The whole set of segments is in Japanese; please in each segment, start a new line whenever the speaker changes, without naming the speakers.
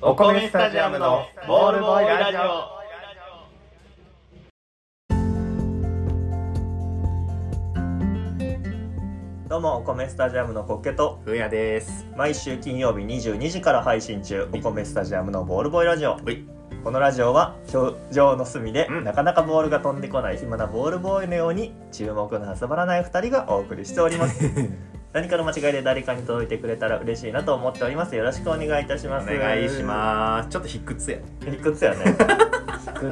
お米スタジアムのボールボーイラジオ
どうもお米スタジアムのコッケと
ふうやです
毎週金曜日22時から配信中お米スタジアムのボールボーイラジオ
はい
このラジオは表情の隅で
うん
なかなかボールが飛んでこない暇なボールボーイのように注目の集まらない2人がお送りしております 何かの間違いで誰かに届いてくれたら嬉しいなと思っておりますよろしくお願いいたし
お
ます
願いしますちょっと卑屈やね
す理屈やね理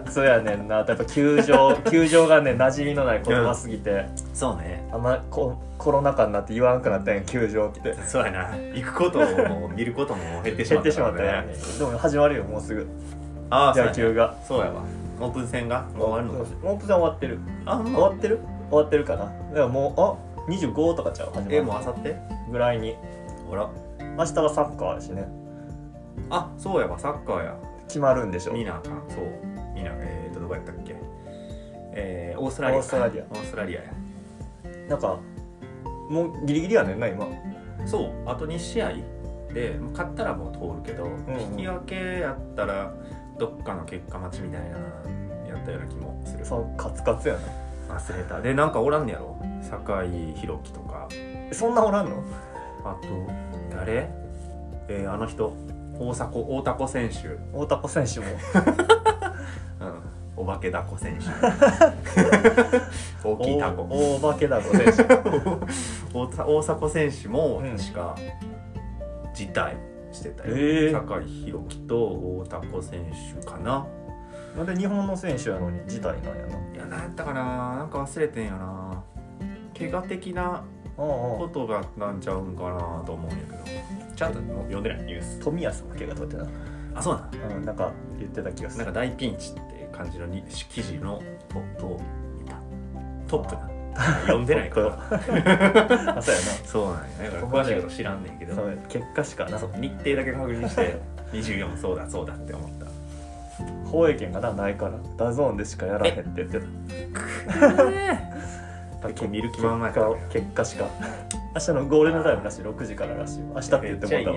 屈やねんなやっぱ球 場球場がね馴染みのない言葉すぎて、
そうね
あんまこコロナ禍になって言わんくなったんや球場って
そうやな行くことも見ることも減ってし
減っ
まった
てしまった
から
ねでも始まるよもうすぐ
ああそう
野
やね
球が
そうやわオープン戦がもう終わるのか
もうオープン戦終わってる
あ
終
も
わ
う
ってる終わってるかなでももうあ25とかちゃう始
え
ま
もうあさって
るぐらいに
ほら
明日はサッカーやしね
あそうやわサッカーや
決まるんでしょ
見なあかんそう見なえっとどこやったっけえーオーストラリアか
オーストラリア
オーストラリアや
なんかもうギリギリやねんな今
そうあと2試合でもう勝ったらもう通るけど、
うん
引き分けやったらどっかの結果待ちみたいなやったような気もする
そうカツカツやな
忘れたでなんかおらんねやろ酒井宏樹とか
そんなおらんの
あと誰えーあの人大迫大迫選手、うん、
大迫選手も
お化けだこ 選手大きいタコ
大大化けだぞ選 手
大田大迫選手も
うん
確か辞退してたよ、
ええ
酒井宏樹と大迫選手かな
なんで日本の選手やのに事態なんやない
や何やったかななんか忘れてんやな怪我的な
ああ
こ
あ
とがなんちゃうんかなと思うんやけどちゃんともう読んでないニュース
あ富安も怪我取ってな
あそうなん
うんなんか言ってた気がす
なん
る
か大ピンチって感じのに記事のトップを見たトップな読んでないから
あそうや
そうなんやだから詳しいこと知らんねんけ
な
ど
そう結果しかな
そう日程だけ確認して24そうだそうだって思った
放映権がなないからダゾーンでしかやらへんって言ってた
結構見る気満々や
結
から
果結果しか明日のゴールデンタイムらしい6時かららしいよ明日って言ってもらったわ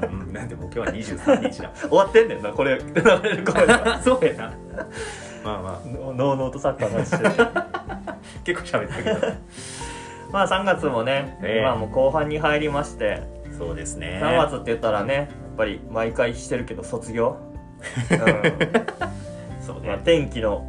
たわうんなんでもう今日は23日だ
終わってんねんなこれ流れる 声が
そうやなまあま
ののうのうとサッカーの話してる
あ結構喋ったけ
まあ3月もね、
ね
まあもう後半に入りまして
どそうですね
3月って言ったらねやっぱり毎回してるけど卒 業、うん
そう
まあ、
ね
天気の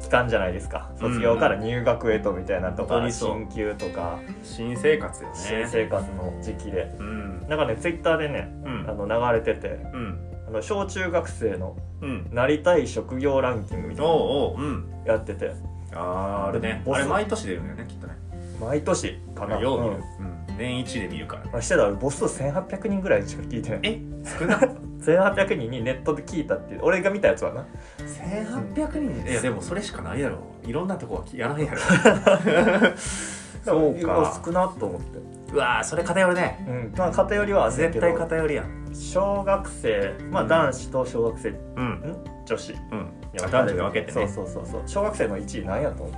期間じゃないですか卒業から入学へとみたいなと
本当
か
にそう
進級とか
新生活よね
新生活の時期で
うん
なんかねツイッターでね
う
あ
ん
の流れてて
うん
あの小中学生の
うん
なりたい職業ランキングみたいなの
おうおううん
やってて
あああれね
ボス
あれ毎年出るんだよねきっとね
毎年かな
よう見
うん
る、うん年一で見るから
まあしてたらボス1800人ぐらいしか聞いてない
え少な
1800人にネットで聞いたっていう俺が見たやつはな
1800人いやでもそれしかないやろいろんなとこはやらへんやろそうか
少なと思って
うわーそれ偏るね
うんまあ偏りはあるけ
絶
ど
対偏るやん
小学生まあ男子と小学生、ん
うん
女子
うん男女で分けてね
そうそうそうそう小学生の1位なんやと思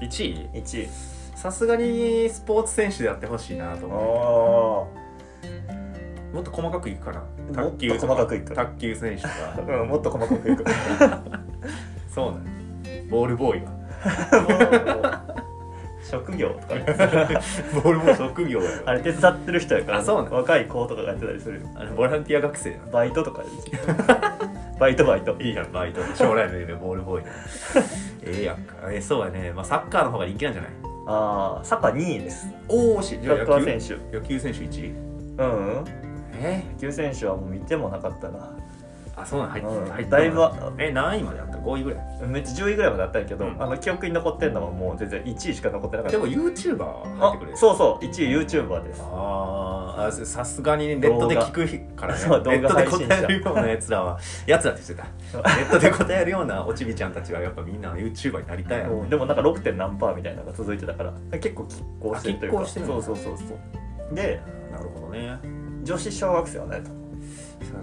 1位
う1位
さすがにスポーツ選手でやってほしいなと思
あ
うもっと細かくいくかな
も
卓
っ
球
と
と
細かくいく
卓球選手とか
あ うんもっと細かくいく
そうなのボールボ ーイは
職業とかね
ボールボーイ職業やろ
あれ手伝ってる人やから、
あそうなの
若い子とかがやってたりするよ
あれボランティア学生や
バイトとかでバイトバイト
いいやんバイト将来の夢ボールボーイ ええやんかえそうやね、まあ、サッカーの方が人気なんじゃない
ああサッカー2位です
おおし
サッカー選
野球選手1位
手うんうん
え
野球選手はもう見てもなかったな
あそうなん入っ
うん
入った
だいぶ
え何位まであった5位ぐらい
めっちゃ10位ぐらいまであったんやけど、
うん
あの記憶に残ってんのはもう全然1位しか残ってなかった
でも YouTuber は入っ
あ
てくれる
そうそう1位 YouTuber です
あーあさすがにねネットで聞くからね
そう動画
ネットで
配信者
答えるようなやつらはやつらって言ってたネットで答えるようなおちびちゃんたちはやっぱみんな YouTuber になりたいやろ
うんでもなんか 6. 点何パーみたいなのが続いてたから結構拮抗してるというか
あ拮抗してるん
そ
だ
うそうそうそうで
なるほどね
女子小学生はねと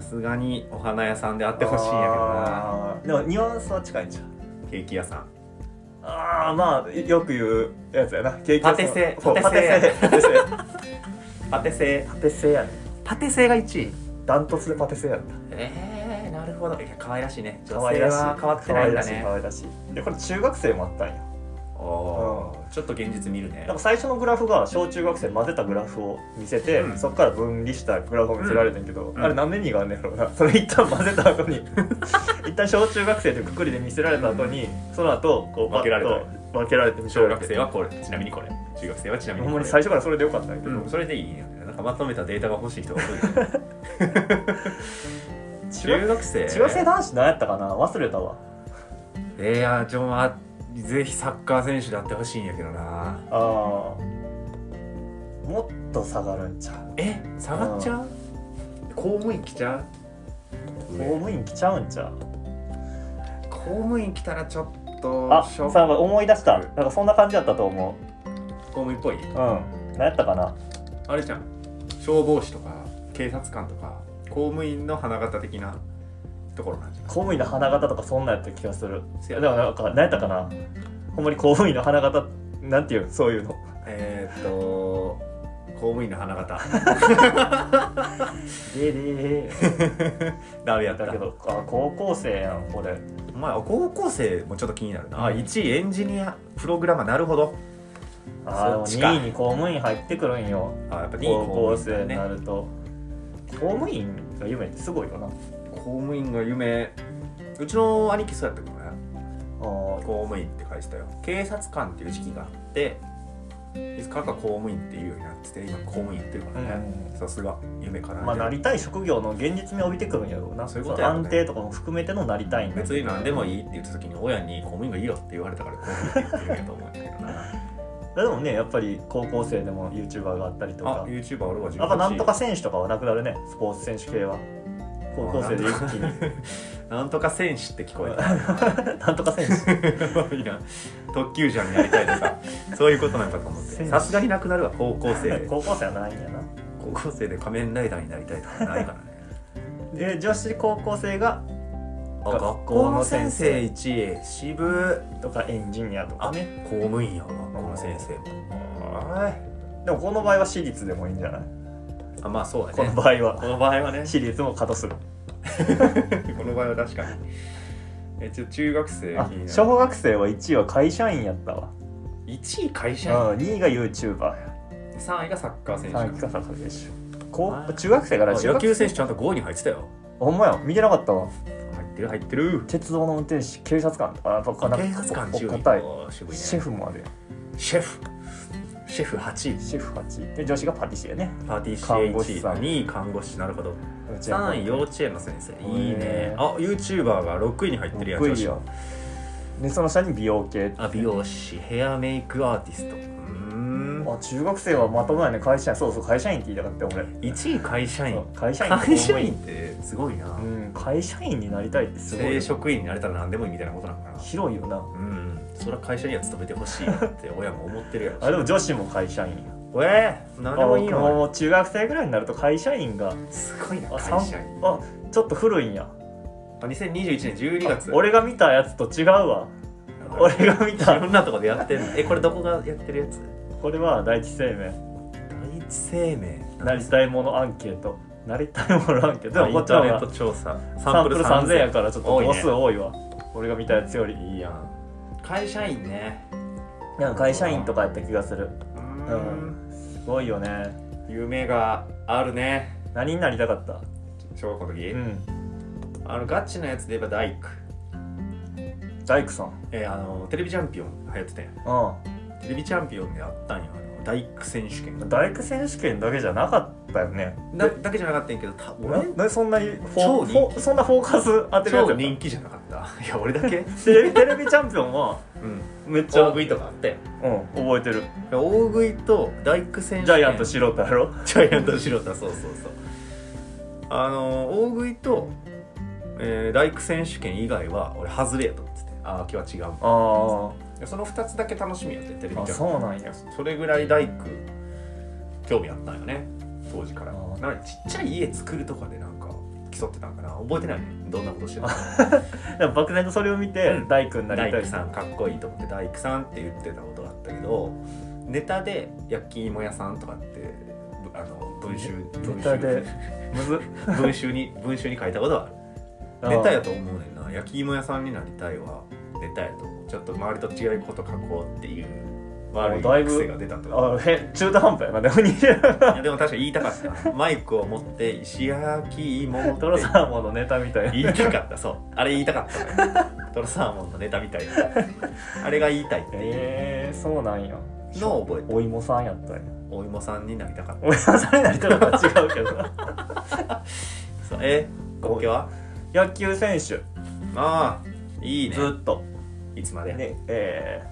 さすがにお花屋さんであっ
って
ほしいんやけどな
でもニュアンスは近いんじゃん
ケーキ屋さん
ああまあよく言うやつやなケーキ屋さん
パテ製
そう
パ
パ
テ
テ
製
製パテ製
パテ製
パテ製やね
パテ製が1位
ダントツでパテ製やった
えー、なるほどいや可愛らしいね
可
女
愛
性
らしい
は変わってないんだ
可
ね
愛らしい可愛らしいでこれ中学生もあったんや
おおー、ちょっと現実見るね
なんか最初のグラフが小中学生混ぜたグラフを見せて、
うん
そこから分離したグラフを見せられてんけど、
ん
あれ何年にがあんねやろうなそれ一旦混ぜた後 に一旦小中学生でくくりで見せられた後に、その後こう
分けられた
パッと分けられて見せ
小
られ
学
て
生はこれちなみにこれ中学生はちなみに
ほんま
これ
に最初からそれでよかったんやけど、
うん、それでいいよねなんかまとめたデータが欲し い人が多いよね
中学
中学生
中学生男子何やったかな忘れたわ
いやちょまあぜひサッカー選手だってほしいんやけどな
あーもっと下がるんちゃう
え下がっちゃう公務員来ちゃう
公務員来ちゃうんちゃう
公務員来たらちょっと
あ
ショ
さ
ック
あ思い出したなんかそんな感じだったと思
公務員っぽいう
うん何やったかな
あれじゃん消防士とか警察官とか公務員の花形的なところなんじゃない
公務員の花形とかそんなんやった気がするいやでもなんか何やったかなほんまに公務員の花形なんていうそういうの
えー、っと公務員の花 形
でで
ダメや
や
っ
ったたけどあ高校生やんこれ
お前高校生もちょっと気になるな、あ
うん
1位エンジニアプログラマーなるほど
あーで
そ
も
っちか
2位に公務員入ってくるんよ
あやっぱりいい
高校
公務
生
員
に
だ
な
ね
ると公務員が夢ってすごいよな
公務員が夢うちの兄貴そうやったけどね
あー
公務員って返したよ警察官っていう時期があっていつからか公務員っていうようになってて今公務員やってるからねさすが夢かな
まあなりたい職業の現実味を帯びてくるんやろうな
そういうことやろね
安定とかも含めてのなりたいんだ
別に何でもいいって言った時に親に公務員がいいよって言われたから公務員って言ってるんやと思うんだけどな
でもねやっぱり高校生でも YouTuber があったりと
あ
か
YouTuber 俺は自
やっぱなんとか
か
選手とかはなくなるねスポーツ選手系は高校生で一気に
なんとか選手って聞こえた
なんとか選 手
いいな特急じゃんになりたいと かそういうことなんだと思っ
選
て
手
さすがになくなるわ高校生で
高校生はないんやな
高校生で仮面ライダーになりたいとかないからね
で女子高校生が
あ
学
学
校
校
の
の
先
先
生
生1位渋
とかエンジニアとか
あ
ね
ね公務員やわ学校の先生もはい
でもこの場合は私立でもいいんじゃない
あまあそうだね
この場合は
この場合はね
私立も角する
この場合は確かにえちょ中学生
あ
気になる
小学生は1位は会社員やったわ、
1位会
う
社
ん、
員
2位が YouTuber
3位がサッカー選手
3位が坂選手高
あー
中学生から
あ
中学
野球選手ちゃんと5位に入ってたよ
ほんまや見てなかったわ
入ってる入ってる
鉄道の運転手警察官あやっぱこうなんか
警察官
こう
10
硬い
位お渋いね
シェフもあるやん
シェフシェフ8位
シェフ8位で女子がパティシエね
パーティシ
看
エ
護師
1
さん
位2位看護師なるほど
うちはもう
3位幼稚園の先生いいね
へー
あ YouTuber が6位に入ってるやん
かっ
女
こいい
子は
よでその下に美容系って
あ美容師ヘアメイクアーティストうーん
あ中学生はまともやね会社員そうそう会社員って言いたかった俺
1位会社員
会社員
会社員ってすごいな、
うん会社員になりたいってすごい
正職員になれたら何でもいいみたいなことなのかな
広いよな
うんそりゃ会社には勤めてほしいな って親も思ってるやろ
あでも女子も会社員
うえー何でもいい
あ僕
の
も中学生ぐらいになると会社員が
すごいな
あ
会社員
あちょっと古いんや
あ2021年12月
俺が見たやつと違うわ俺が見
い
た
ろんなとこでやってんのえこれどこがやってるやつ
これは第一生命
第一生命
なりたいものアンケートなりたいものアンケートで
あ
も
イ
こ
ン
っち
タ
の方
ーネッ
が
ト調査
サンプル3000や
や
からちょっと
多いね
母数多いわ俺が見たやつより
いいやん会社員ね
なんか会社員とかやった気がするう
うーん
んすごいよね
夢があるね
何になりたかった
小学校の時、
うん
あのガチなやつで言えば大工
大工さん
えーあのテレビチャンピオン流行ってたやん
う
テレビチャンピオンであったんよあの大工選手権が
ん大工選手権だけじゃなかったよね
だだけじゃなかったんやけどた
な
俺
なんでそんなにフォ
超人気
フォそんなフォーカス当てるやつ
超
やっ
人気じゃなかった いや俺だけ
たテレビテレビチャンピオンは
うん
めっちゃ、
大
うん、
食いとかあって
覚えてる
大食いと大工選手権
ジャイアント素人やろ
ジャイアント白田そうそうそうあの大食いと、えー、大工選手権以外は俺外れやと思っててああ今日は違う
あ
でその2つだけ楽しみやってテレビ
ああ
局
そうなんや
それぐらい大工興味あったんよね当時から
あー
なんかちっちゃい家作るとかでなんか競ってたんかな覚えてないねどんなことしてたのか
でも漠然とそれを見て
うん
大工になり
大
た
工
い
さんかっこいいと思って大工さんって言ってたことがあったけどネタで焼き芋屋さんとかってあの文集
ネタでむずっ
文集文集に文集に書いたことはあ るネタやと思うねんな焼き芋屋さんになりたいはネタやと思うちょっと周りと違うこと書こうっていう悪
だい
い
ぶ
癖が出たと思う
あえ中途半端やなでもに
いやでも確かに言いたかったマイクを持って石焼き芋って
トロサーモンのネタみたいな
言いたかったそうあれ言いたかったのよトロサーモンのネタみたいなあれが言いたいっていう
えー、そうなんや
のを覚えて
お芋さんやったんや
お芋さんになりたかっ
お芋さんになりたのは違うけどな
たそうえこっけは
野球選手
ああいいね
ずっと
いつまで、
ねえ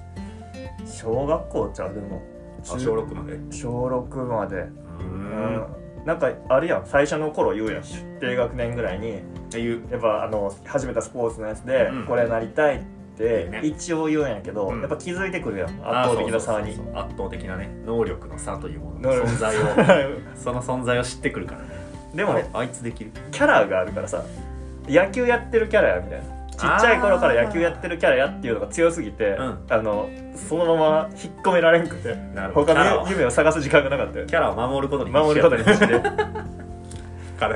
ー、小学校ちゃうでも
あ小6までう
小6まで
ー
うん
ん
なんかあるやん最初の頃言うやん低学年ぐらいに
っていう
やっぱあの始めたスポーツのやつで、
うん
これなりたいって
いいね
一応言うんやけど、
うん
やっぱ気づいてくるやん圧
あー
倒的な差に
そうそうそうそう圧倒的なね能力の差というもの
能力
の存在をその存在を知ってくるからね
で
で
も
もあいつできる
キャラがあるからさ野球やってるキャラやみたいなちっちゃい頃から野球やってるキャラやっていうのが強すぎて
う
あ、
ん
のそのまま引っ込められんくて
なるほど
他
キャラを
の夢を探す時間がなかったよ
キャラを守ることに
守ることに して
悲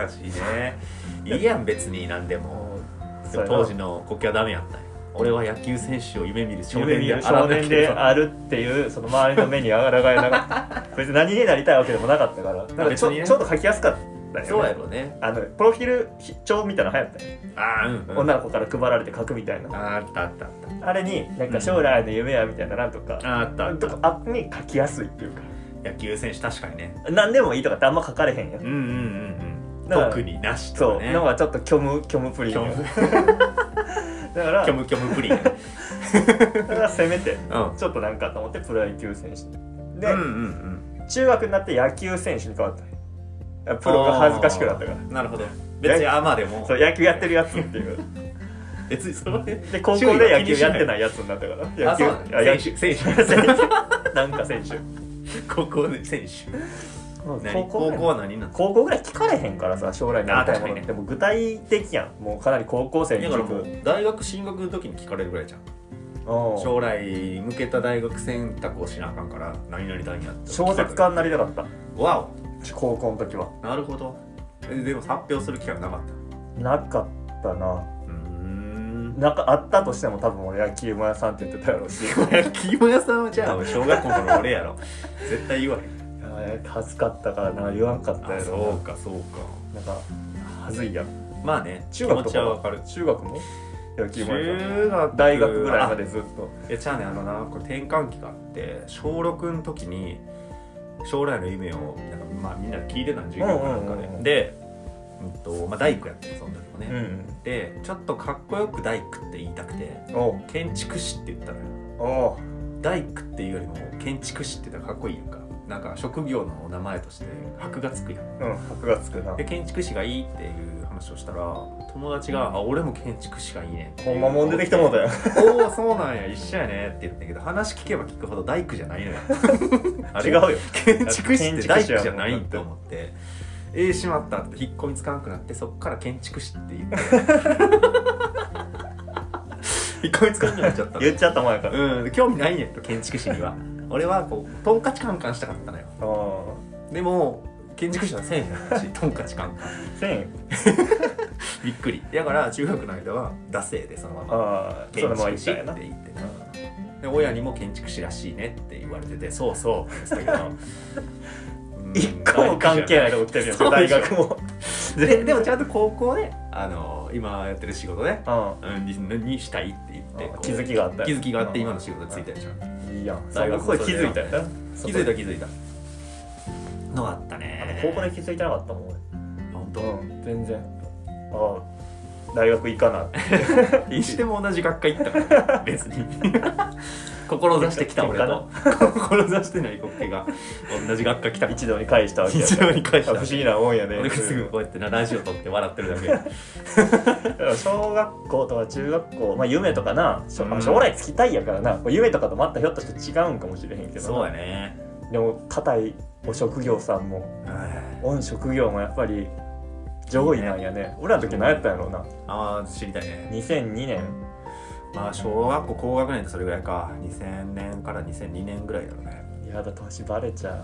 しいねいいやん別に何でもで
そう
も
やな
当時の国旗はダメやったんや俺は野球選手を夢見る少年であら
少
な
年
きゃい
で
けない
あるっていうその周りの目にあがらがえなか った別に何になりたいわけでもなかったからなんかちょ,、
別にね
ちょっと書きやすかったよ、ね、
そうやろね
あのプロフィール帳みたいなの流行ったよ、
ああうん、うん、あ
女の子から配られて書くみたいな
あったあったあった
あれになんか将来の夢やみたいななんとか、
ああったあっ
と
た
かあに書きやすいっていうか
野球選手確かにね
何でもいいとかってあんま書かれへんやん
うんうんうん
だか
う
ら
ん特になしと
そ
か
う
ね
のがちょっと虚無虚無プリン
虚
や
無
だから
虚無虚無プリンやね
だからせめて
うん
ちょっとなんかと思ってプロ野球選手にで、
うんうん
中学になって野球選手に変わったあ
うん
プロが恥ずかしくなったから
あーなるほど別にアマでも
そう野球やってるやつって いう
別にそれはね
で高校
周囲は
で
気
野
に
球
しない
やってないやつになったから野球
あそうな
あ
んだ
野
選
球
手選手
選 手なんか選手
高校の選手何
高
高
校
校は何なの
高校ぐらい聞かれへんからさ将来のみたいもの
あ確かにね
でも具体的やんもうかなり高校生に
だから
聞
もう
く
大学進学の時に聞かれるぐらいじゃん
うん
将来に向けた大学選択をしなあかんから何々大になって
小説家になりたかった
わ
高校の時は
おなるほどえでも発表する機会はなかった
なかったな
うー ん
なんかあったとしても多分俺野球馬屋さんって言ってたや ろうしい
焼き芋屋さんはじゃあ小学校の頃俺やろ 絶対言わへん
や恥ずかったからな言わんかったや
あ
ろ
そうかそうか
なんか恥ずいやん
まあね
中学
気
と
持ち
か
は
も
わかる
中学も野球馬屋さん
学
大学ぐらいまでずっと
いやじゃあねあのなこれ転換期があって小6の時に将来の夢をなんか、まあ、みんなで聞いてたの授業かなん
う
かで、
んうんうんうん
で、うんとまあ、大工やってたその時もね、
うん
でちょっとかっこよく大工って言いたくて
おう
建築士って言ったのよ
おう
大工っていうよりも建築士って言ったらかっこいいやんかなんか職業のお名前として箔がつくやん
うん箔がつくな
で建築士がいいっていう話をしたら友達が「あ俺も建築士がいいね」
ほんまもん出てきたもんだ よ
おおそうなんや一緒やねって言ったけど話聞けば聞くほど大工じゃ ないのよあ
違
れ
う
が
よ
建築士って大工じゃないと思って ええー、しまったって引っ込みつかなくなってそっから建築士って言って 引っ込みつかなくなっちゃった の
言っちゃったもんやから
うん興味ないんやと建築士には俺はこうトンカチカンカンしたかったのよ
う
でも建築士はせえへんか ったしトンカチカンカン
んせん
びっくりだから中学の間は惰性でそのまま
ああそ
建
のまま
築
一
士
緒
って
やな
言ってなで親にも建築士らしいねって言われててそうそうって言ってたけどうん
一個も関係ないとこ来てるやん大学 も
大 学ででもちゃんと高校であの今やってる仕事ね、
う
うん、ににしたいって言ってこ
ん
う
気づきがあったよ
気づきがあって今の仕事についたでしょ
いいやん
大
大
学
学
も
これ気づいたよな
気づい
た
た気づいたのがあったね
高校で気づいてなかったもん
本
俺
当
ん全然ああ大学行かな
にしても同じ学科行った から別に志してきた俺と志してない国旗が同じ学科来たから
一度に返したわけや
一度に返した
不思議なもんやね
俺がすぐこうやってなラジオ撮って笑ってるだけ
だから小学校とか中学校、まあ、夢とかな、しょ
うん
将来つきたいやからな夢とかとまたひょっとして違うんかもしれへんけどな
そうやね
でも堅いお職業さんも御職業もやっぱり上位なんやね俺らの時何やったんやろうな
ああ知りたいね
2002年
まあ小学校高学年ってそれぐらいか2000年から2002年ぐらいだろうね
いやだ年バレちゃ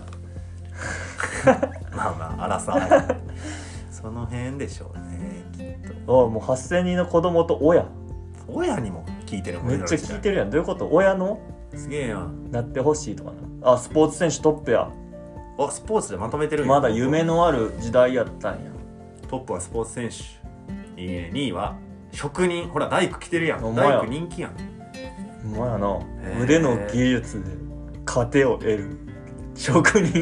まあまあ荒さ その辺でしょうねきっと
ああもう8,000人の子供と親
親にも聞いてるもん
めっ
ね
ちゃ聞いてるやんどういうこと親の
すげえな
なってほしいとかなあスポーツ選手トップや
あスポーツでまとめてるんや
まだ夢のある時代やったんや
トップはスポーツ選手2位は職人ほら大工来てるや
お
ん
前や
大工人気やん
ほんまやな
へえ
腕の技術で糧を得る職人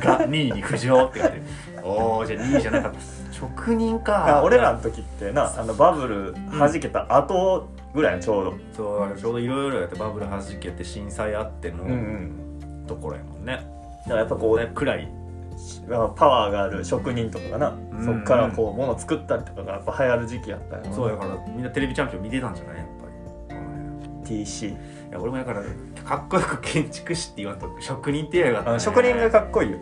が2位に浮上って言ってるおおじゃあ2位じゃなかった職人か
あ俺らの時ってなあのバブル弾けた後ぐらいやちょうど
そうあれちょうどいろいろやってバブルはじけて震災あっての
うんうん
ところやもんね、
だからやっぱこ
こ
う
れくらい
パワーがある職人とかがな、
うん
そっからこう物作ったりとかがやっぱ流行る時期やったよな
そうだからみんなテレビチャンピオン見てたんじゃないやっぱりこの辺
TC
いや俺もだからかっこよく建築士って言わんと職人って言えばよかった、
あ
ね、
職人がかっこいいよ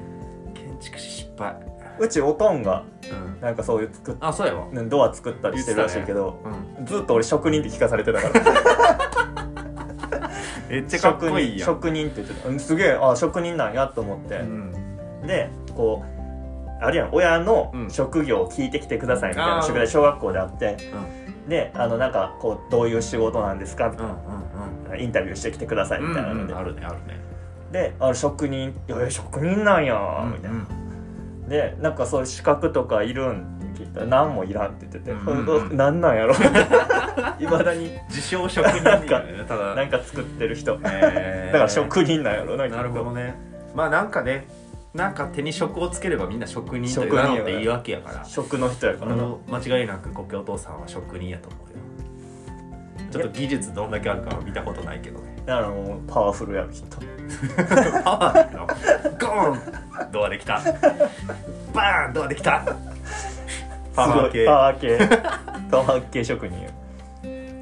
建築士失敗
うちおとんが
うん
なんかそういう作っ
あそうやわ
ドア作ったりしてるらしいけど、
うん
ずっと俺職人って聞かされてた から
めっちゃかっこいいやん
職人職人って言ってたうんすげえあ職人なんやと思って、
うん
でこうあるやん親の
うん
職業を聞いてきてくださいみたいな
あー
宿題小学校であって、であのなんかこうどういう仕事なんですかみ
う
た
ん
い
うん
なインタビューしてきてください
うん
みたいなので、
あるねあるね
であの職人いやいや職人なんやみたいな、でなんかそういう資格とかいるんって聞いたら何もいらんって言ってて、
う ん
うん何なんやろみたいないまだに
自称職人なんかねただ
なんか作ってる人だ
えー
から職人なんやろな
なるほどねまあなんかねなんか手に職をつければみんな職人と
職
い
人
う
や
名
から
乗っていいわけやから
職の人やか
あ
らな、
の間違いなく国境お父さんは職人やと思うよちょっと技術どんだけあるかは見たことないけどね
だからもうパワフルやる人
パワーのゴーンドアできたバーンドアできた パワー
すごい
系
パワー系パワー系職人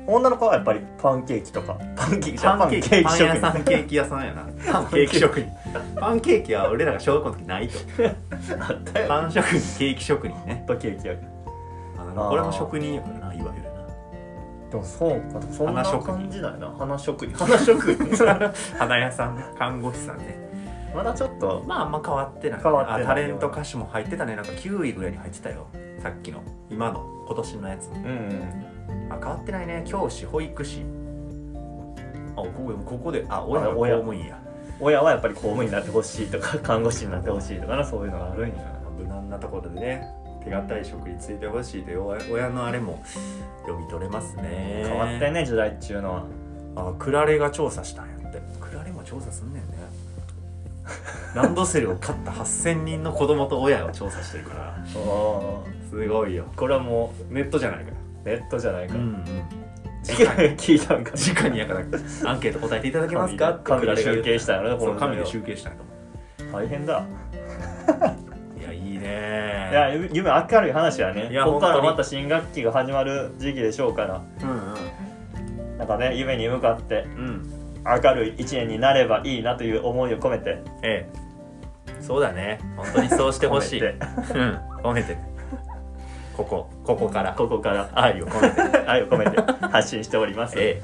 女の子はやっぱりパンケーキとかパンケーキじゃん
パンケーキ
パ
パ
ンケ
ン屋
ー
さ
キ
んケーキ屋さんやなパンケーキ職人パンケーキは俺らが小学校の時ないと
職人 あったよ
パン職人ケーキ職人ね
パンケーキやで
あ
あー
のこれも職人やからないわゆる
もそうかでもそんな
花職人
感じだよな花職人花職 人
な 花屋さんね看護師さんね
まだちょっと
まああんま変わってない
変わってない
あタレント歌手も入ってたねなんか9位ぐらいに入ってたよさっきの今の今年のやつ
うんうん
あ変わってないね教師保育士あここここであ親
あ
が公
親
務員や
親はやっぱり公務員になってほしいとか看護師になってほしいとかなそういうのがあるんやな
無難なところでね手堅い職についてほしいという親親のあれも読み取れますね
変わったよね時代っちゅうのは
あクラレが調査したんやってクラレも調査すんねんねランドセルを買った8000人の子供と親を調査してるから
おー
すごいよ
これはも
ネットじゃないから
うネットじゃないか
う
ら、
ん
次 回 聞いたんか
直にやからアンケート答えていただけますかって
神
クラ
で
レ
集
が言って
計したんやろねこ
そ
の
う
内容
神で集計したんやと思
大変だ
ういやいいね
いやゆ夢明るい話やね
いや
ここから
本当
ま
に
た新学期が始まる時期でしょうから
うん
なんかね夢に向かって
うんうん
明るい一年になればいいなという思いを込めて
ええそうだね本当にそうしてほ しい
込めて
うん込めてここここから
ここから
愛を込めて
愛を込めて発信しております、
え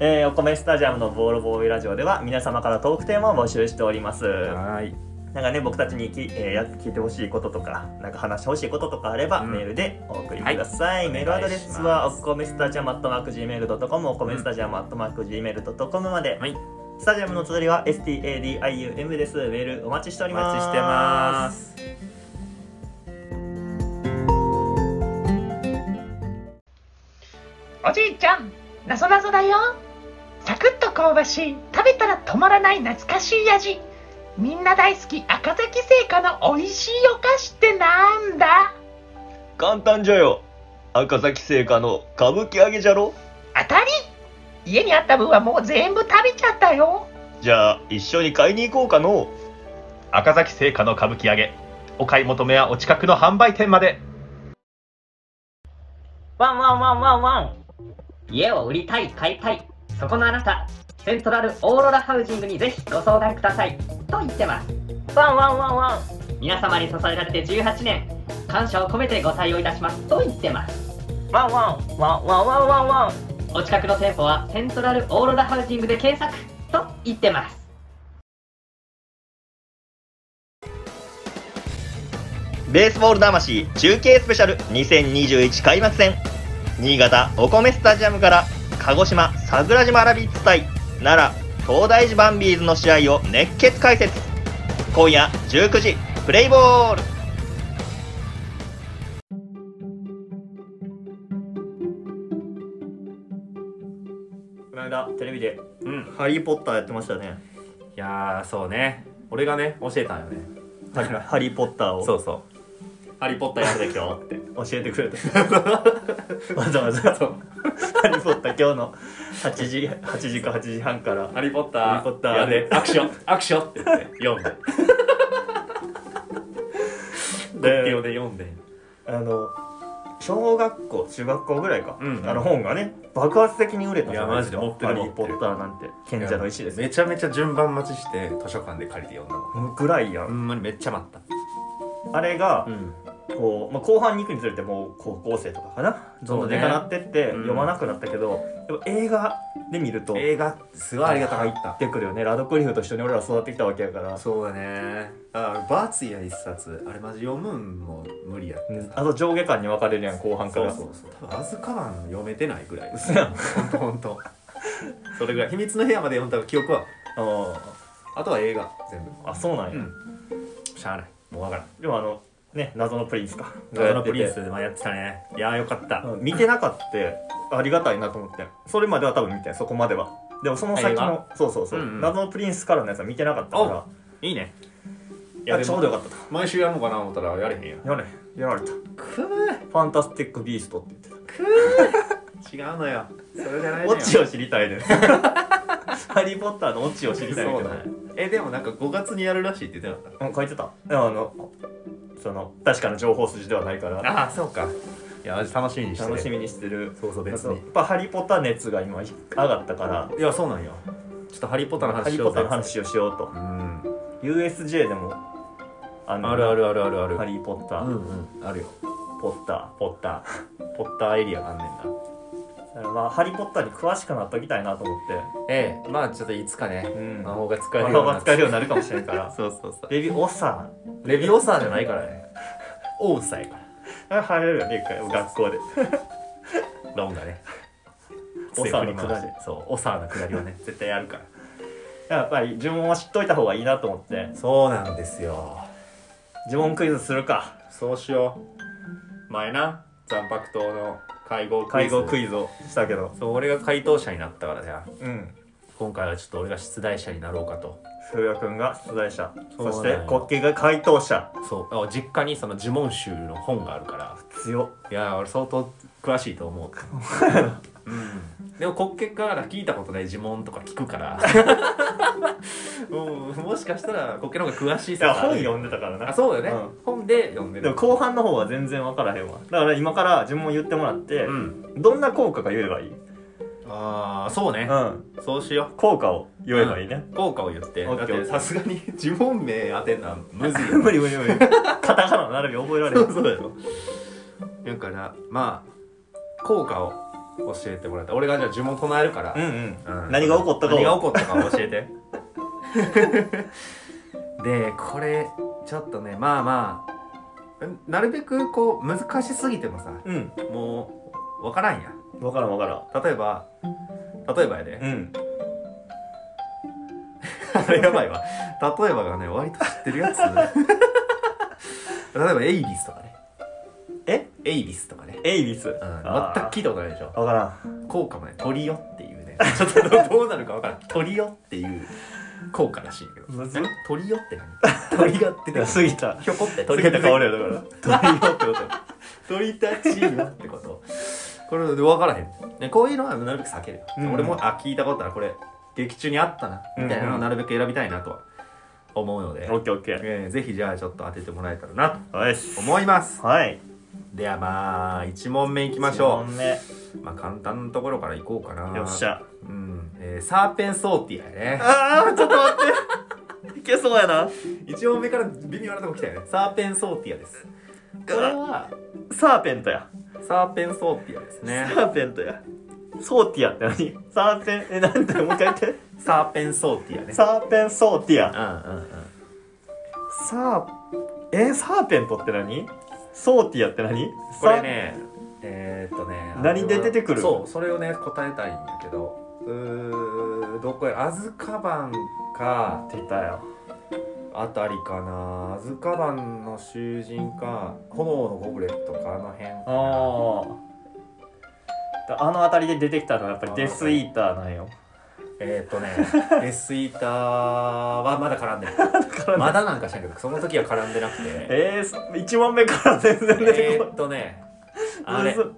えーお米スタジアムのボールボーイラジオでは皆様からトークテーマを募集しております
えはーい
なんかね僕たちにき、えーや聞いてほしいこととかなんか話してほしいこととかあれば、
うん
メールでお送りください、
はい
メールアドレス
お願
はい
します
お米スタジアムアットマーク Gmail.com お米スタジアムアットマーク Gmail.com まで、
はい
スタジアムの綴りは STADIUM です。メールお待ちしてお
お
ります。
待ちしてます
おじいちゃん、なぞなぞだよ。サクッと香ばしい、食べたら止まらない懐かしい味。みんな大好き赤崎製菓の美味しいお菓子ってなんだ
簡単じゃよ。赤崎製菓の歌舞伎揚げじゃろ。
当たり家にあった分はもう全部食べちゃったよ。
じゃあ一緒に買いに行こうかの。
赤崎製菓の歌舞伎揚げお買い求めはお近くの販売店まで
ワンワンワンワンワン家を売りたい買いたいそこのあなたセントラルオーロラハウジングにぜひご相談くださいと言ってますワンワンワンワン皆様に支えられて18年感謝を込めてご対応いたしますと言ってますワンワンワンワンワンワンワンお近くの店舗はセントラルオーロラハウジングで検索と言ってます
ベースボール魂中継スペシャル2021開幕戦新潟お米スタジアムから鹿児島桜島ラビッツ対奈良東大寺バンビーズの試合を熱血解説今夜19時プレイボールこの間テレビで
うん
「ハリー・ポッター」やってましたね
いやーそうね俺がね教えたんよね
だから「ハリー・ポッター」を
そうそう「ハリー・ポッターやるで今日」って
教えて くれたわざわざ「ハリー・ポッター」今日の8時8時か8時半から
「ハリー・ポッター」
ハリーポッター
やでアクションアクションって言って読ん で
で
国境で読んで
あの小学校中学校ぐらいか、
うん
あの本がね爆発的に売れたじゃないですか
いやマジで持って
ハ
る
リー・ポッター」なんて賢者の石です
めちゃめちゃ順番待ちして図書館で借りて読んだもん
ぐらいや
ほ
ん
んまにめっちゃ待った
あれが、
ん
こう、まあ、後半に行くにつれてもう高校生とかかなどんどんでかなってって、
ん
読まなくなったけど、やっぱ映画で見ると
映画すごいありがたかった
出てくるよねラドクリフと一緒に俺ら育ってきたわけやから
そうだねあバーツイヤ一冊あれマジ読むんも無理やって
うん
さ
あと上下巻に分かれるやん後半か
そう
ら
そうそう多分アズカバン読めてないぐらい
嘘やん
ほんとほんとそれぐらい秘密の部屋まで読んだ記憶は
あ
あとは映画全部
ーあそうなんや、
うんしゃあないもうわからん
でもあのね謎のプリンスか
謎のプリンスでやってたねいやーよかった
うん見てなかったありがたいなと思ってそれまでは多分見てんそこまではでもその先
映
のそうそうそう、
うんうん
謎のプリンスからのやつは見てなかったから
いいね
いやちょうどよかったと
毎週やるのかな思ったらやれへんやん
やれやられたフ
くー
ァンタスティック・ビーストって言ってた
違うのよそれじゃない
オチを知りた いねハリー・ポッターのオチを知りたいねん
そ
け
う
ど
だねえでもなんか5月にやるらしいって言ってなかっ
うん書いてたでもあのその確かな情報筋ではないから
たああそうかいや楽しみにして
楽しみにしてる
そうそう別
そう
に
やっぱハリー・ポッター熱が今上がったから
いやそうなんよちょっとハリー・ポッターの
ハ
話
リ
し
ー・ポ
よ
ッ
う
ター
ぜ
の話をしようと
うん
USJ でもあ
あるあるあるあるある
ハリー・ポッタ
う
ー、
んうんあるよ
ポッタ
ポッターポッターエリアがあんねんな
ーだからまあハリー・ポッターに詳しくなっときたいなと思っ
ええまあちょっといつかね
てうん
魔法が使える
魔
よ
法
うにな
が
っ
使え
て
るようになるかもしれんから
そうそうそう
レビューオッサ
レビオーサーじゃないからねオーサーやか
ー入れるよね一回学校で
らロンがね
オサーのくだり
強く振り回してそうオサーのくだりはね絶対やるから
やっぱり呪文は知っといた方がいいなと思って
そうなんですよ
呪文クイズするか
そうしよう前な残白党の会合クイ
会
ズ
合ク
ズ
イズをしたけど
そう俺が回答者になったからじゃあ
うん
今回はちょっと俺が出題者になろうかと
風也くんが出題者
そう
そし
だ
て
よ
国旗が回答者
そうあ実家にその呪文集の本があるから
強
いやー俺相当詳しい と思う、うん、でも国家から聞いたことない呪文とか聞くからうんもしかしたら国家の方が詳しい
いや本
よ
読んでたから
あ
な
そうだよね、
う
本で読んでる
でも後半の方は全然分からへんわだから今から呪文言ってもらって、
うん
どんな効果か言えばいい、う
ああそうね、
ん、
そうしよ
効果を言えばいいね、
う効果を言って
オ
だ
ッ
っ
ケー
てさすがに 呪文名当てんのはむずい よ
無理無理無理カタカナの並び覚えられる
そうそうだよだからまあ効果を教えてもらった俺がじゃあ呪文唱えるから、
うんうん、
うん
何が起こったかを
何が起こったかを教 えてでこれちょっとねまあまあなるべくこう難しすぎてもさ
うん
もう分からんや
分からん分から
例えば例えばやで、
んうん
あれやばいわ例えばがね割と知ってる やつ例えばエイビスとかね
え
エイビスとかね
エイビス、
うん、全く
あー
聞いたことないでしょ
分からん
効果もね「トリオ」っていうねちょっとどどうなるか分からん「トリオ」っていう効果らしいんやけど
むずっ
え「トリオ」って何鳥がって
いや 過ぎた
ひょこって
過ぎた顔だよだから鳥よってことよ
鳥たちよってことこれで分からへん、ね、こういうのはなるべく避けるよ、
うん
俺もあ聞いたことあるこれ劇中にあったなみたいなのをなるべく選びたいなとは思うので、
オッケーオッケ
えーぜひじゃあちょっと当ててもらえたらなと
ーよし
思います
はい
ではまあ1問目いきましょ
一問目よ
うまあ簡単なところからいこうかな
っしゃ
うんえーサーペンソーティアやね
あーちょっと待っていけそうやな
1問目から微妙なとこ来たよねサーペンソーティアですこれは
サーペントや
サーペンソーティアですね
サーペントやソーティアって何サーペンえなんてもう一回言って
サーペンソーティアね
サーペンソーティア
うんうんうん
サーえー、サーペントって何ソーティアって何
これねえーっとね
何で出てくる
あれはそうそれをね答えたいんやけどうーどこやアズカバンか
サー出たよ
あたりかなアズカバンの囚人か炎のゴブレットかあの辺かな
あああの辺りで出てきたのはやっぱりデスイーターなんよ
えーっとねデスイーターは まだ絡んでないまだなんかしないけどその時は絡んでなくて
えー、1問目から全然出て
え
こ
ーっとね
な
あ
い
れ
む、ず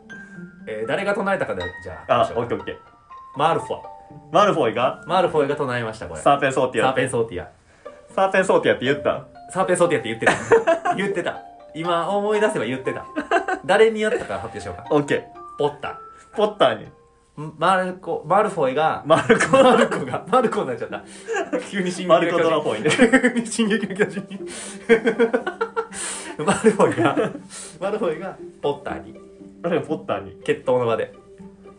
えー誰が唱えたかでじゃあ
あオッケーオッケー
マルフォイ
マルフォイが
マルフォイが唱えましたこれサ
サーペンソーティア
ーペンソーティア
サーペンソーティアって言った
サーペンソーティアって言って た言ってた今思い出せば言ってた誰にやったか発表しようか
オッケー
ポッタ
ポッターに
んマルコマルフォイが
マルコ
マルコがマルコになっちゃった急に進撃
マ
の
ル
巨
コドラ
人
フォイね
急に進撃の巨人 にマルフォイがマルフォイがポッターに
マルコポッターに
決闘の場で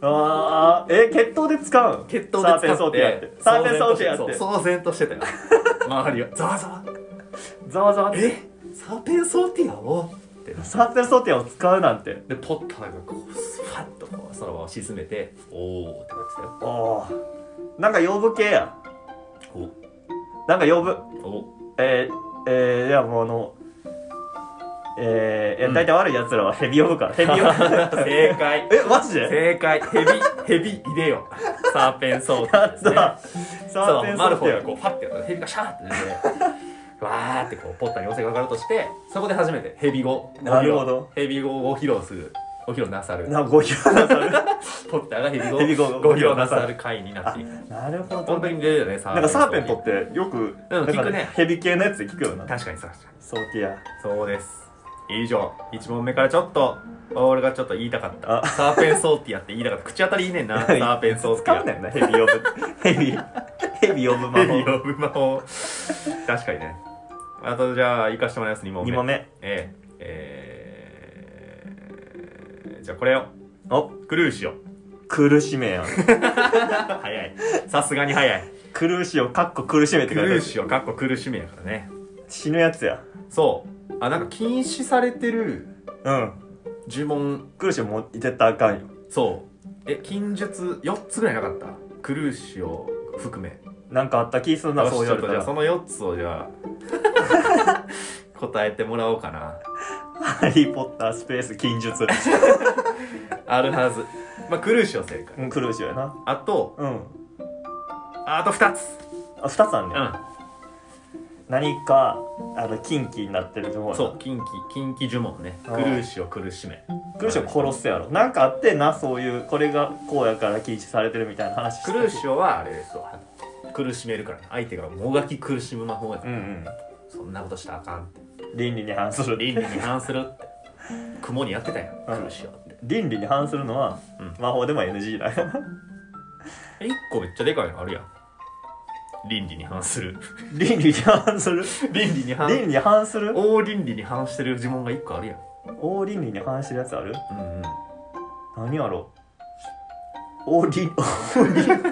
あーえ決闘で使うん
決闘で使
サー
っ
ペンソーティアっててサーペンソーティアって
騒然とし てたよ周りはざわざわ
ざわざわ
えサーペンソーティアをって
サーペンソーティアを使うなんて
でポッターがこうスパッとこうその場を沈めておおってなってたよ
おーなんか養父系や
お
なんか養父
お
えー、えー、いやもうあのえー、いや
うん
大体悪い奴らはヘビ呼ぶからヘビ呼ぶ
正 解
えマジで
正解ヘビヘビ入れよサーペンソーティ
や
アで
っ
すね
たサーペ
そう
ンソ
マル
ー
フ
テ
ォ
ィ
イが
ア
こうパッてやったらヘビがシャーって出てわーってこうポッターに寄せがかかるとしてそこで初めてヘビ語
なるほど
ヘビ語を披露するご披露なさる
なご披露なさる
ポッターがヘビ語
ヘビ語
をご披露なさる回になっていく
なるほど
本当に出るよねサー
なんかサーペン
ソ
ト
ー
っ
ティ
てよく
うん
なんか
聞くね
ヘビ系のやつで聞くよな
ア確かにそう確かに
ソーティア
そうです以上1問目からちょっと俺がちょっと言いたかった
あ
サーペンソーティアって言いたかった口当たりいい ねんなサーペンソーティ
使
ア
うねんなヘビ呼ぶヘビヘビ呼ぶ魔法
ヘビ呼ぶ魔法確かにねあとじゃあ行かしてもらいます2問目
2問目
えええーじゃあこれを
お
クルーシオ
苦しめやん
早いさすがに早い
苦しをかっこ苦しめって
ク
書いてある
ルーシオかっこ苦しみやからね
死ぬやつや
そうあなんか禁止されてる
うん
呪文
苦しもう絶対あかんよ
そうえ禁術4つぐらいなかったクルーシオ含め
なんかあった気するな
よし
そう言われ
ちょ
た
っとじゃあそ
ら
の4つをじゃあ 答えてもらおうかな
「ハリー・ポッタースペース禁術」
あるはずまあクルーシオ正解
うん苦しよやな
あと
うん
あと2つ
あ二つあんねん、
う
何かあの禁忌になってると思
ん
う
そう近畿近畿呪文ね
あ
ク
ー
ルーシオ苦しめ
苦しを殺すやろなんかあってんなそういうこれがこうやから禁止されてるみたいな話して
クルーシオはあれですわ苦しめるから相手がもがき苦しむ魔法やか
う
ら、
ん
そんなことしたらあかんって
うん倫理に反する
倫理に反する って雲にやってたよ
うん
クルーシオって
倫理に反するのは、
うん
魔法でも NG だよ
1個めっちゃでかいのあるやん倫理に反する
倫理に反する
倫理に反
倫理に反する
大倫理に反してる呪文が1個あるやん
大倫理に反してるやつある
うんうん
何やろ大倫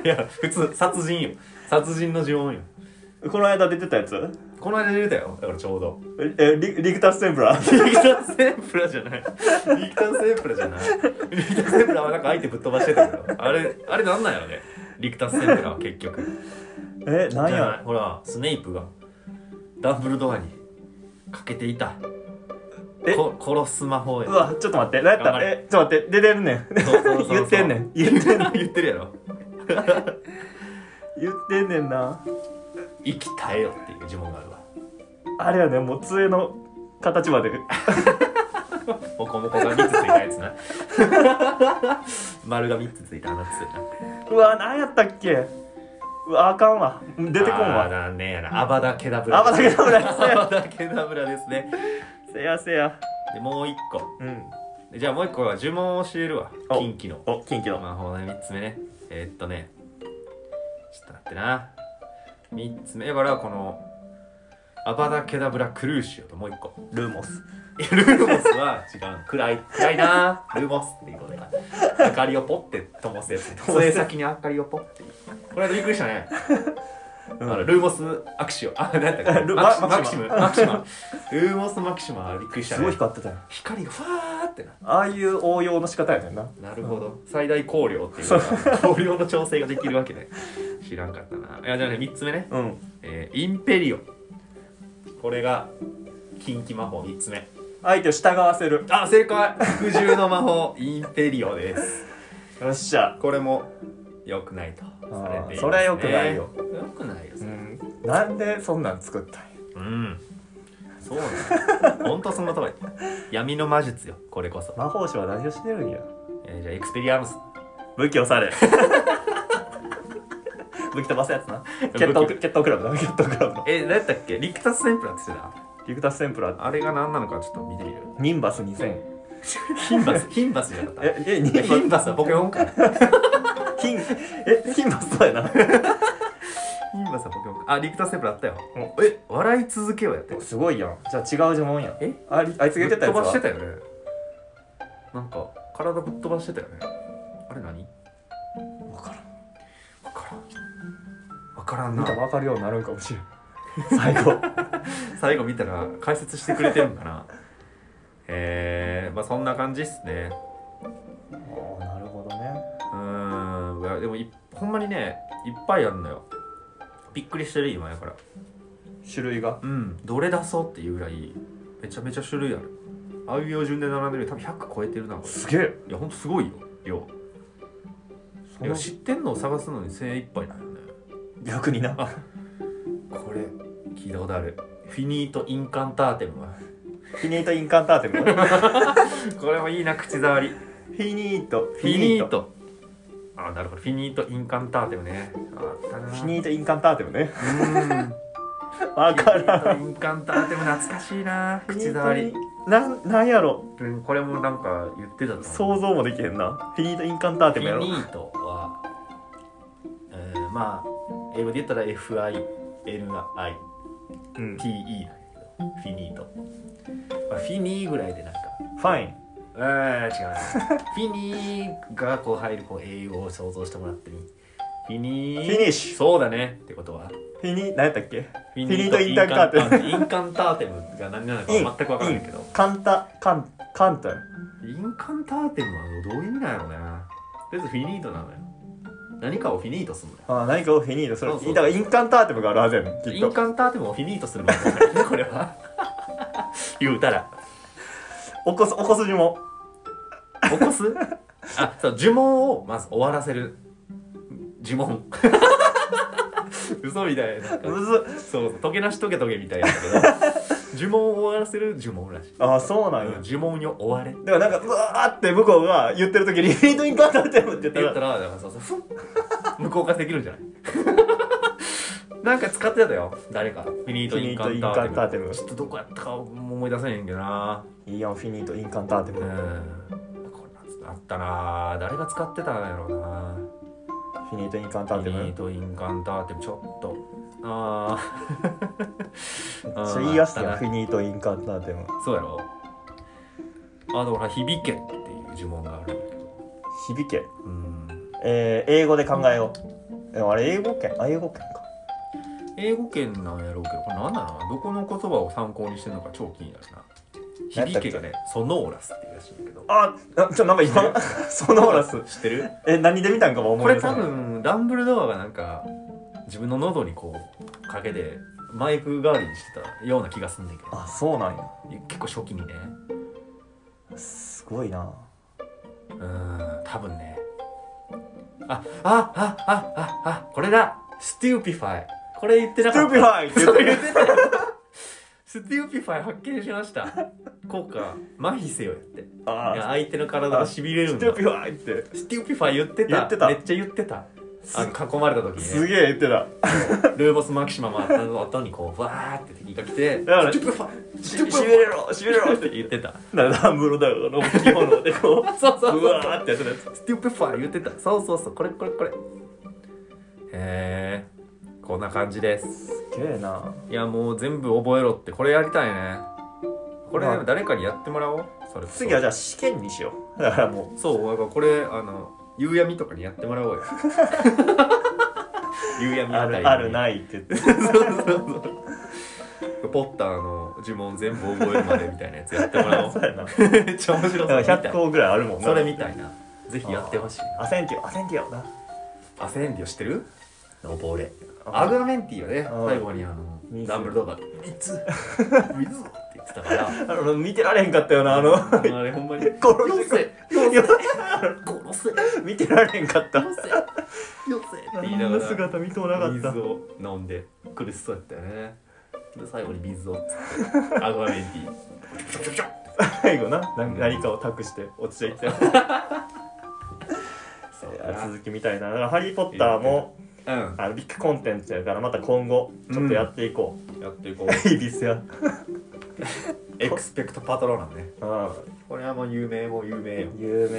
いや普通殺人よ殺人の呪文よ
この間出てたやつ
この間出たよだからちょうど
ええリリクタス・テンプラー
リクターセンプラじゃないリクターセンプラじゃないリクターセンプラはなんか相手ぶっ飛ばしてたけどあれあれなんなんやろねリクターセンプラは結局
え何
じゃない
や
ほらスネイプがダンブルドアにかけていた
え
こ殺す魔法や
うわちょっと待って何やっ
頑
た
張れ
えちょっと待って出てるねん
そうそうそうそう
言ってんねん
言ってんねん言ってるやろ
言ってんねんな
生き耐えよっていう呪文があるわ
あれやねもう杖の形まで
モコモコが3つついたやつな丸が3つついたあのつな
うわ何やったっけうわあかんわ出てこん
あー
わ
なんねやなアバダケダブラ
アバダケダブラですね
アバダケダブラですね
せやせや
でもう一個
うん
じゃあもう一個は呪文を教えるわ
お
近畿の
お近畿の
魔法の3つ目ねえーっとねちょっと待ってな3つ目だからこのアバダケダブラクルーシオともう一個
ルーモス
いやルーモスは違う暗い暗いなルーモスっていうことだ明 かりをポッて灯すやつ杖先に明かりをポッてこれびっくりしたね
うん
あのルーモスアクシオあなんだっけ
ル
マクシ
ママ
マク
ク
シ
シ
ム
ム
マクシマルーモスマクシマびっくりした、
す
ね、
ごい光ってたよ
光がファーってな
ああいう応用の仕方やねんな
なるほど最大光量っていう のが光量の調整ができるわけね知らんかったないやじゃあね3つ目ね、
うん
えーインペリオこれが近畿魔法3つ目
相手を従わせる
あ正解服従の魔法インペリオです
よっしゃ
これも良くないとされています、ね、
あーそれは良くないよ
良くないよそれ
なんでそんなん作ったんや
うんそうなんだほんとその通り闇の魔術よこれこそ、
魔法師は何をしてるんや
えーじゃあエクスペリアームス
武器を され武器飛ばすやつな決
武
闘決闘クラブだ決闘クラブの
えー、何やったっけ力達旋風なんてしてた
リクタステンプラー
あれが何なのかちょっと見てみる
ニンバス2000
ヒン バスヒンバスじゃなかった
ええニンバ
ヒンバスはポケモンかヒ
ス 金え金バスそうやな
ンバスはポケモンかあ力達旋風あったよ
う
え笑い続けよやって
すごいやんじゃあ違う呪文やん
え
ありあいつが言ってたやつ
ぶっ飛ばして
は
たよねなんか体ぶっ飛ばしてたよねあれ何
分から
分から
ん
ん
見
分か
た
らん
ら
な
分かるようになるんかもしれん最 後
最後見たら解説してくれてるんかな えー、まあそんな感じっすね
おーなるほどね
うーんいやでもいほんまにねいっぱいあるのよびっくりしてる今やから
種類が
うんどれ出そうっていうぐらいめちゃめちゃ種類あるあいうえお順で並んでるよ多分100超えてるなこれ
すげえ
いやほんとすごいよ量
その
いや知ってんのを探すのに精一杯なんよね
逆にな
あこれ聞いたことあるフィニート・インカンターテムは
フィニートインカンター テムフ
これもいいな口触りフ
ィニート
ィニートあなるほどフィニート・インカンターテムねあったな
フィニートインカンターテムね
うん
わからん
フィニート・インカンターテム懐かしいな口触り
なんなんやろ
うんこれもなんか言ってたと思う
想像もできへんなフィニートインカンターテムや
フ
ろ
ィニートは、えー、まあ英語で言ったら
うん
FINITE なんやけどフィニート、まあ、フィニーぐらいでなんか
ファイン
あー違うフィニーがこう入るこう英語を想像してもらってみフィニー
フィニッシュ
そうだねってことはフ
フィニ何やったっけ
ィ
ニーとインカンターテム
インカンターテムが何なのか
イ
全
ン
く分からないけど
カンタカンカンタよ
インカンターテムはどういう意味なのねとりあえずフィニートなのよ何かをフィニートするのよ
ああ何かをフィニートそれ
そうそう
だからインカンターテムがあるはずやねんき
イ
っ
ン
と
カンターテムをフィニートするのだよねこれは言うたら
起こす起こす呪文
起こすあそう呪文をまず終わらせる呪文 嘘みたいななんか
むずっ
そうそう、解けなしとけとけみたいなんだけど呪文を終わらせる呪文らしい。
ああそうなんや
呪文に終われって
だからなんかうわーって向こうが言ってる時にフィニートインカンターテムって言った
言った
ら
ら、なんかそうそう、ふん 無効化できるんじゃない なんか使ってたよ、誰か。フィニートインカン
フィ
タ
ニートインカンター
ーテ
テ
ム。
ム
ちょっとどこやったか思い出せへんけどな。
いいやんフィニートインカンターテ
うん。こ
ム
れ
フ
あったな誰が使ってたんやろうな
ィニートインカン
フ
ターテ
ィニ
ム
ートインカンターテムちょっとあ
めっ
あ
ちゃ言いやすい
あ
や
っ
ん
たな
フィニートインカンターテム
あそうやろあとほら響けっていう呪文があるんだけど
響け
うん
えー、英語で考えようでもあれ英語圏あ英語圏か
英語圏なんやろうけどこれ何なのどこの言葉を参考にしてるのか超気になるな
何や
響
ったっけ
けがねソノーラスっていうらしいんだけど
ああちょ なんか今ソノーラス
知ってる
え何で見たんかも
こ
思い
れ
出せ
多
ない
分ダンブルドアがなんか自分の喉にこうかけてマイク代わりにしてたような気がすんだけど
あそうなんや
結構初期にね
すごいな
うーん多分ねああああああこれだステューピファイこれ言ってな
スト
か
ゥ
っ
ピフ
た
ァイって言
そ
っ
う
て
言ってたよステューピファイ発見し ました効果麻痺せよやっていや
あ
相手の体が痺れる
ス
ん
ト
だ
ゥピファイって
ステューピファイ言ってた
言ってた
めっちゃ言ってたあの囲まれた時
す
に、ね、
げえ言ってた
ルーボスマキシマもあったの後にこうわーって敵が来て
だから
ステューピファ
「
イ
し
ステューピフ
び
ァイ
れろしびれろ」っ
って
て
言ってた
なダンブルダーの着物でこう
そ うそう
う
そう
わーってやってたやつ
ステューピファイ言ってたそうそうそうこれこれこれへーこんな感じです
すげえない
やもう全部覚えろってこれやりたいねこれ
まあ
誰かにやってもらおうそれこそ
次はじゃあ試験にしようだからも
そうだからこれあの夕闇とかにやってもらおうよ夕闇
あ
あたりに
るあるないって言って
ポッターの呪文全部覚えるまでみたいなやつやってもらお
そうやなだ
うめっちゃ面白そう
から
みたい
100個ぐらいあるもんな
それみたいなぜひやってほしいな
アセンティオアセンティオな
アセンディオ知ってるノボレアガメンティはね
うん
最後にあの
水
ダンブルドアが「水水」 って言ってたから
あの見てられへんかったよなあの
あれほんまに「
殺
よ
してくれ
せよせ殺せよ
見てられへんか った
せよせ」って言いな
あ
が
の
ら
姿見とうなかった
水を飲んで苦しそうやったよねで最後に水をっつってアガメンティちょちょちょ
最後ななんか何かを託して落ちていって
そう
い
や
や
な
続きみたいなだから「ハリー・ポッターも」
うん
あのビッグコンテンツやからまた今後ちょっとやっていこう、
やっていこう
イビスや
エクスペクトパトローナムね
うん
これはもう有名もう有名よ
有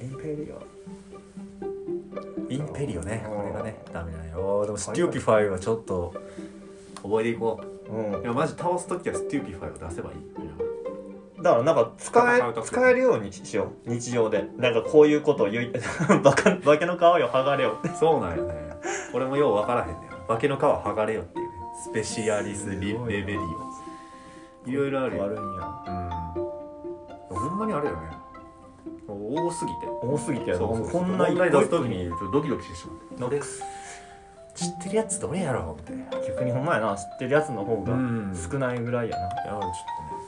名インペリオ
インペリオね
うん
これがねダメなんよでもステューピファイはちょっと覚えていこ
う
うんいやマジ倒す時はステューピファイを出せばいい
だからなんか使え
戦う時
使えるようにしよう日常でなんかこういうことを言い バカバケの皮よ剥がれよ
そうなんよねこれもよう分からへんねん化けの皮剥がれよっていうねスペシアリス・リレベリオいろいろあるよ
あるんや
うんほんまにあれよね多すぎて
多すぎてやな
そうそう
こんな
問
一
題
個
出
一
す
個
時にちょっとドキドキしてしまって
ノック
知ってるやつどれやろうみたいな
逆にほんまやな知ってるやつの方が
うん
少ないぐらいやな、
いやちょっとね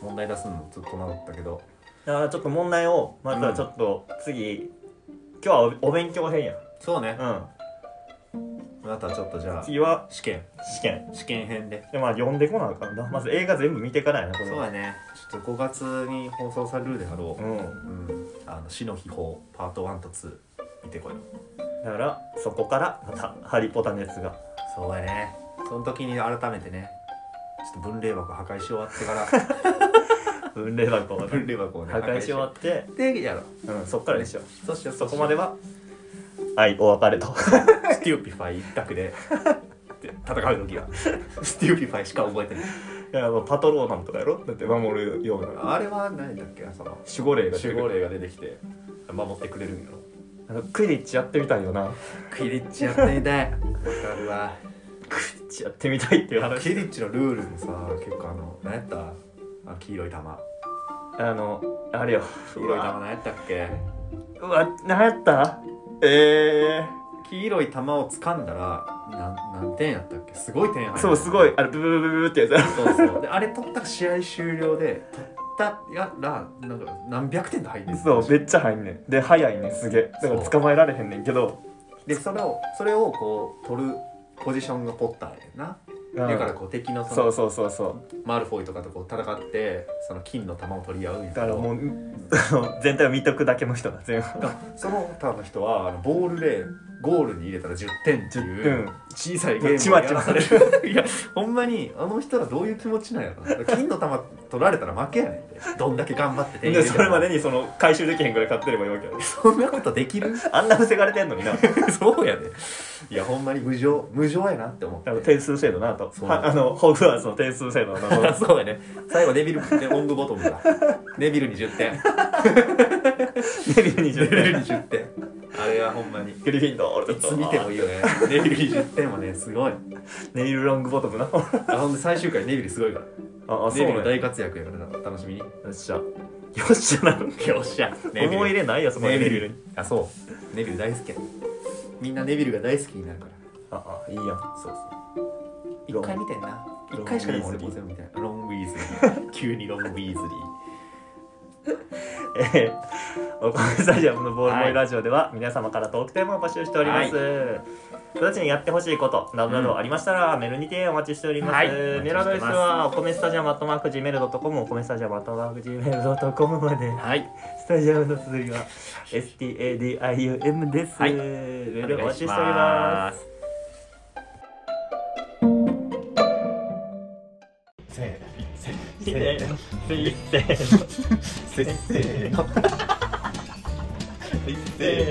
問題出すのずっとなかったけど
だからちょっと問題をまずはちょっと次、今日はおお勉強編や
そうね
うん
またちょっとじゃあ
次は
試験
試験
試験編で
でまあ読んでこなあかんなまず映画全部見てからやなこれ
そう
は
やねちょっと5月に放送されるであろう、
うん
うん、あの死の秘宝パート1と2見てこいよ
だからそこからまた「ハリポタ」熱が
そうやねその時に改めてねちょっと分霊箱破壊し終わってから
分霊箱 を破
分霊箱をね
壊し終わって、
ってやろ
うん、そこからでしょ
そして
そ
そ
こ
こ
ま
ま
で
で
ははいお別れと
ステューピファイ一択でで戦う時はステューピファイしか覚えてない
いやもうパトローナムとかやろだって守るような
あれは何だっけなその
守護霊が出てく
守護
る
霊が出てきて守ってくれるんやろ
あのクイディッチやってみたいよな
クイリッチやってみた いわかるわ
クイディッチやってみたいっていう話
クイリッチのルールもさ結構あの何やったあの黄色い玉
あのあれよ
黄色い玉何やったっけ
うわ何やったええ
黄色い玉を掴んだらなん何点やったっけすごい点入る
そうすごいあれブブブブブってやつや
そうそうであれ取ったら試合終了で取ったやらなんか何百点と入って る
そうめっちゃ入んねんで早いねんすげえだから捕まえられへんねんけど
でそれをそれをこう取るポジションがポッターやな、
だ
だからこう敵のその
そうそうそうそう
マルフォイとかとこう戦ってその金の玉を取り合うんや
だ
け
からもう
ど
あの全体を見とくだけの人だ全部
その他の人はあのボールでゴールに入れたら10点ってい
10
う
点
小さいゲーム
ち
を
ま
や
ちま
らされるいやほんまにあの人らどういう気持ちなんやろな金の玉取られたら負けやねんてどんだけ頑張って手に入
で
れても
それまでにその回収できへんぐらい買ってればいいわけや で
そんなことできる
あんな防がれてんのになだ
そうやで、いやほんまに無情無情やなって思っ
から
て
点数制 度なあと
そう
はあのホグワーツの点数制度な
そうやね最後ネビルでオングボトムがネビルに10点
デビュー
ネビ
20
ルに10点あれはほんま にい
グリフィンドール
つ見てもいいよねネビルに10点もねすごい
ネイルロングボトムなあ
あほんで最終回ネビルすごいから
あ
ネビル
よ
大活躍やからな楽しみによ
っしゃよっし ゃなの
っしゃネビ
思い入
ル
れないやそこ
ネ
に
ビ
ネビル
ル
に
あそうネビル大好きやみんなネビルが大好きになるから
ああいいやん
そうそう
ロ
一
ン
回見てんな
ロン
一回しかでも
ウィ
俺
ーズリー
も全部見てないロンウィーズリー 急にロンウィーズリー
えー、 お米スタジアムのボールボーイラジオでは、皆様からトークテーマを募集しております、そのうちにやってほしいことなどなどありましたら、メールにてお待ちしております、
はい
メールアドレスはお米スタジアムアットマーク Gmail.com お米スタジアムアットマーク Gmail.com まで
はい
スタジアムの綴りは STADIUM です、
はい
メールお
お願い
待ちして
し
おります
ます
せーのせーのせ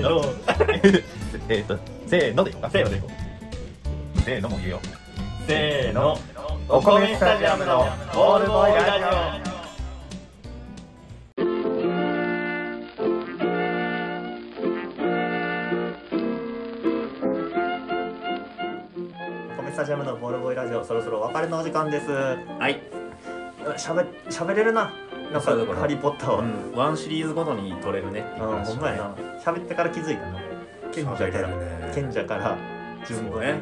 ーの
えっと、せーのでいこうか。せーのでいこう。せーのも言うよ。
せーの
お米スタジアムのオールボーイラジオ。
タジアムのボールボーイラジオそろそろお別れのお時間です
はい、
しゃべしゃべれるななんか
そうだから
ハリー・ポッターは、
うん、ワンシリーズごとに取れるねっていう
ああ
話
ほんまやな喋ってから気づいたな賢者か
喋れ
ら
るね
賢者から順番に、
そうね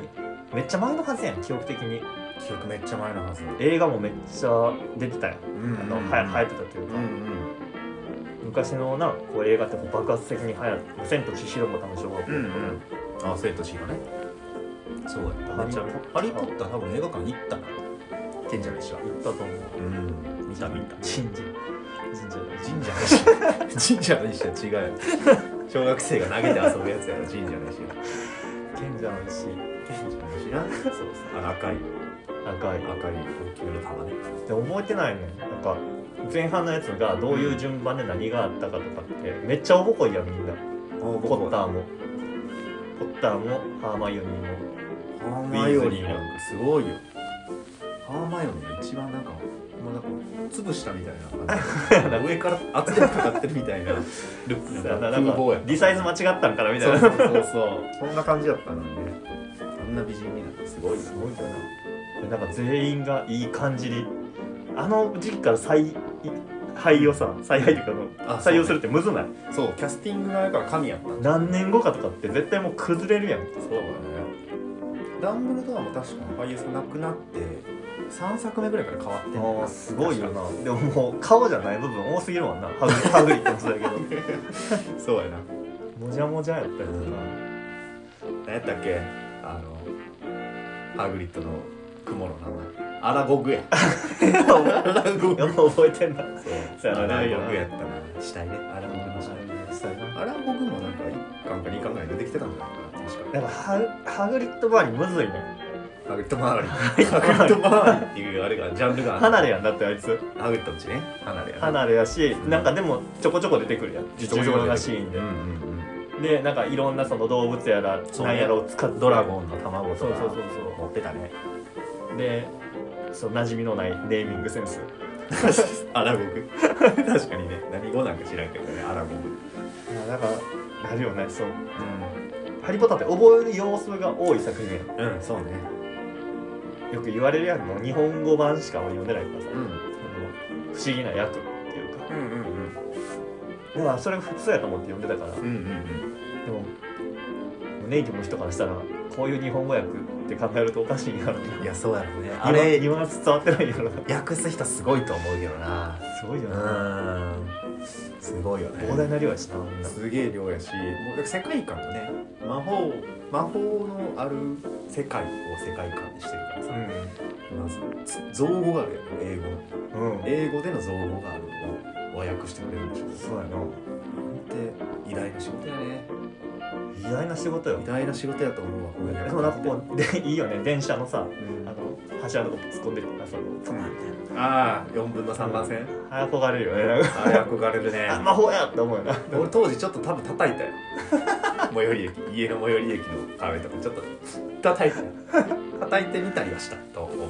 めっちゃ前のはずやん記憶的に
記憶めっちゃ前のはず、う
映画もめっちゃ出てたやん
ん
あの、はや流行ってたという
う
か、
んうん
昔のなこう映画ってこう爆発的に流行る「千と千尋も楽しもう」
うんうんあ生徒シーンがねそうやっ
め
た
っちゃ見た
ハリー・ポッター多分映画館行ったな賢者の石は
言ったと思う
うん見た見た
神社神社
神社の石 神社の石は違うよ小学生が投げて遊ぶやつやろ神社の石は
賢者の石
賢者の石な
そうそ
あの赤いう
赤い
赤い大きめの玉ね
で覚えてないねなんか前半のやつがどういう順番で何があったかとかってめっちゃおぼこいやんみんな
ポ
ポッターもポッターもハーマイオニーも
ハーマイオニーなんかすごいよハーマイオニーが一番なんかもうなんか潰したみたい な感じ上から圧力かかってるみ たいなルック
そ
な
うや
ん
な
か
なん
風貌や
かリサイズ間違ったんからみたい
そう
な
そうそうそうそんな感じだったのにねあんな美人になってすごいな
すごいよななんか全員がいい感じにあの時期から再廃をさ再廃っていうか
あ
採用するってむずない
そうキャスティングがだから神やったんだ
何年後かとかって絶対もう崩れるやん
そうだねダンブルドアも確か俳優さん亡くなって3作目ぐらいから変わってんのかな
すごいよなでももう顔じゃない部分多すぎるもんな ハグハグリってもそうやけど
そうやな
もじゃもじゃやったやつな
う何やったっけあのハグリッドの雲の名前アラゴグやアラゴグ
やっぱ覚えてん だ
そうアラゴグやったな死体ねアラゴグの死体アラゴグもなんか1巻か2巻ぐらい出てきてたんじゃないかな確
な
か
んかハハグリッドバーにむずいね
ハグリッド周りハグリッド周りっていうあれがジャンルがある
離れやんだってあいつ
ハグリッドのちね離れやな
離れやしなんかでもちょこちょこ出てくるやん
ちょ
重
こちょこ出てくる
要なシーン
う
で
んうんうん
でなんかいろんなその動物やら
そうね
なんやらを使って
ドラゴンの卵
そ
と
う
か
そうそう
持ってたね
そうでそう馴染みのないネーミングセンス
アラゴグ 確かにね何語なんか知らんけどねアラゴグ
なんかあるよねそう「ハリー・ポッター」って覚える要素が多い作品やん
うん、うん、そうね
よく言われるやんの日本語版しか俺読んでないからさ、
うん
その不思議な役っていうか
うんうんうん
でもそれが普通やと思って読んでたから
うんうん
でもネイティブの人からしたらこういう日本語訳って考えるとおかしいんやろ
うん
ない
やそうやろね
あ
あ
れ
れ
ニュアンス伝わってないんやろな
訳す人すごいと思うけどな
すごいよ
う
な
ーんすごいよ
膨大
ね
な量やしなあんな
すげえ量やしもう世界観がね魔法魔法のある世界を世界観にしてるからさ、まずつ造語があるやん英語の
うんうん
英語での造語があるのを和訳してくれるんでしょ
そうやな
なんて偉大な仕事やね
意外な仕事よ
偉大な仕事やと思うわ翻訳
でもなんかこうでいいよね電車のさ
う
あ
ん
の柱のとこ突っ込んでるからそのパーンみたいな
ああ4分の3 番線
憧れるよねなんか
あれ憧れる ね
あ魔法やって思うよな
俺当時ちょっと多分 叩いたよ最寄り駅家の最寄り駅の壁とかちょっと叩いたよ叩いてみたりはしたと思う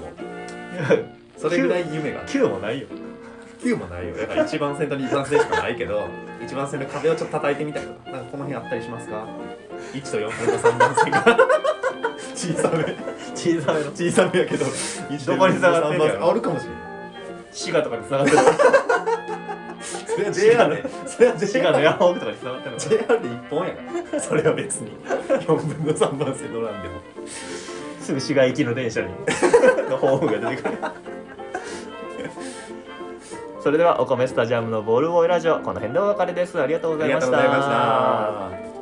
それぐらい夢がある
9もないよ
9もないよだから一番線と二番線しかないけど一番線の壁をちょっと叩いてみたりとかなんかこの辺あったりしますか1と4分の3番線が小さめ
小さめの
小さめやけど1
どこに繋がってんのやろ
あるかもしれない
滋賀とかに繋がってる
それは JR でそれは JR
滋賀の山奥とかに繋がってるの
JR で1本やからそれは別に4分の3番線乗らんでも
すぐ市街行きの電車に のホームが出てくるそれではお米スタジアムのボールボーイラジオこの辺でお別れですありがとうご
あ
ざい
り
ま
が
し
とう
た
ございました